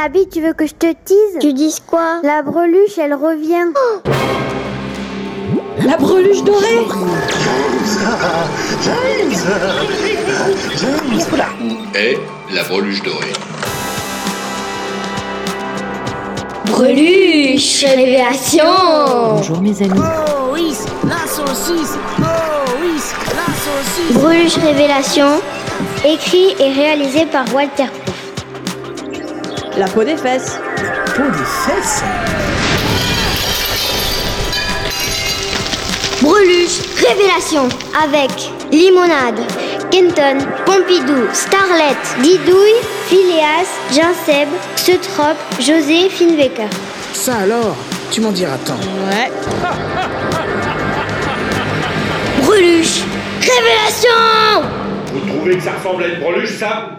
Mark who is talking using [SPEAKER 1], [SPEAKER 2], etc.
[SPEAKER 1] Abby, tu veux que je te tease
[SPEAKER 2] Tu dis quoi
[SPEAKER 1] La breluche, elle revient.
[SPEAKER 3] La breluche dorée
[SPEAKER 4] Et la breluche dorée.
[SPEAKER 2] Breluche, révélation
[SPEAKER 3] Bonjour mes amis.
[SPEAKER 5] Oh oui, la saucisse. Oh oui, la saucisse.
[SPEAKER 2] Breluche Révélation, écrit et réalisé par Walter Proof.
[SPEAKER 3] La peau des fesses.
[SPEAKER 2] Breluche Révélation avec Limonade, Kenton, Pompidou, Starlette, Didouille, Phileas, Ginseb, Seutrop, José, Finwecker.
[SPEAKER 5] Ça alors, tu m'en diras tant.
[SPEAKER 3] Ouais.
[SPEAKER 2] Breluche Révélation
[SPEAKER 6] Vous trouvez que ça ressemble à une breluche, ça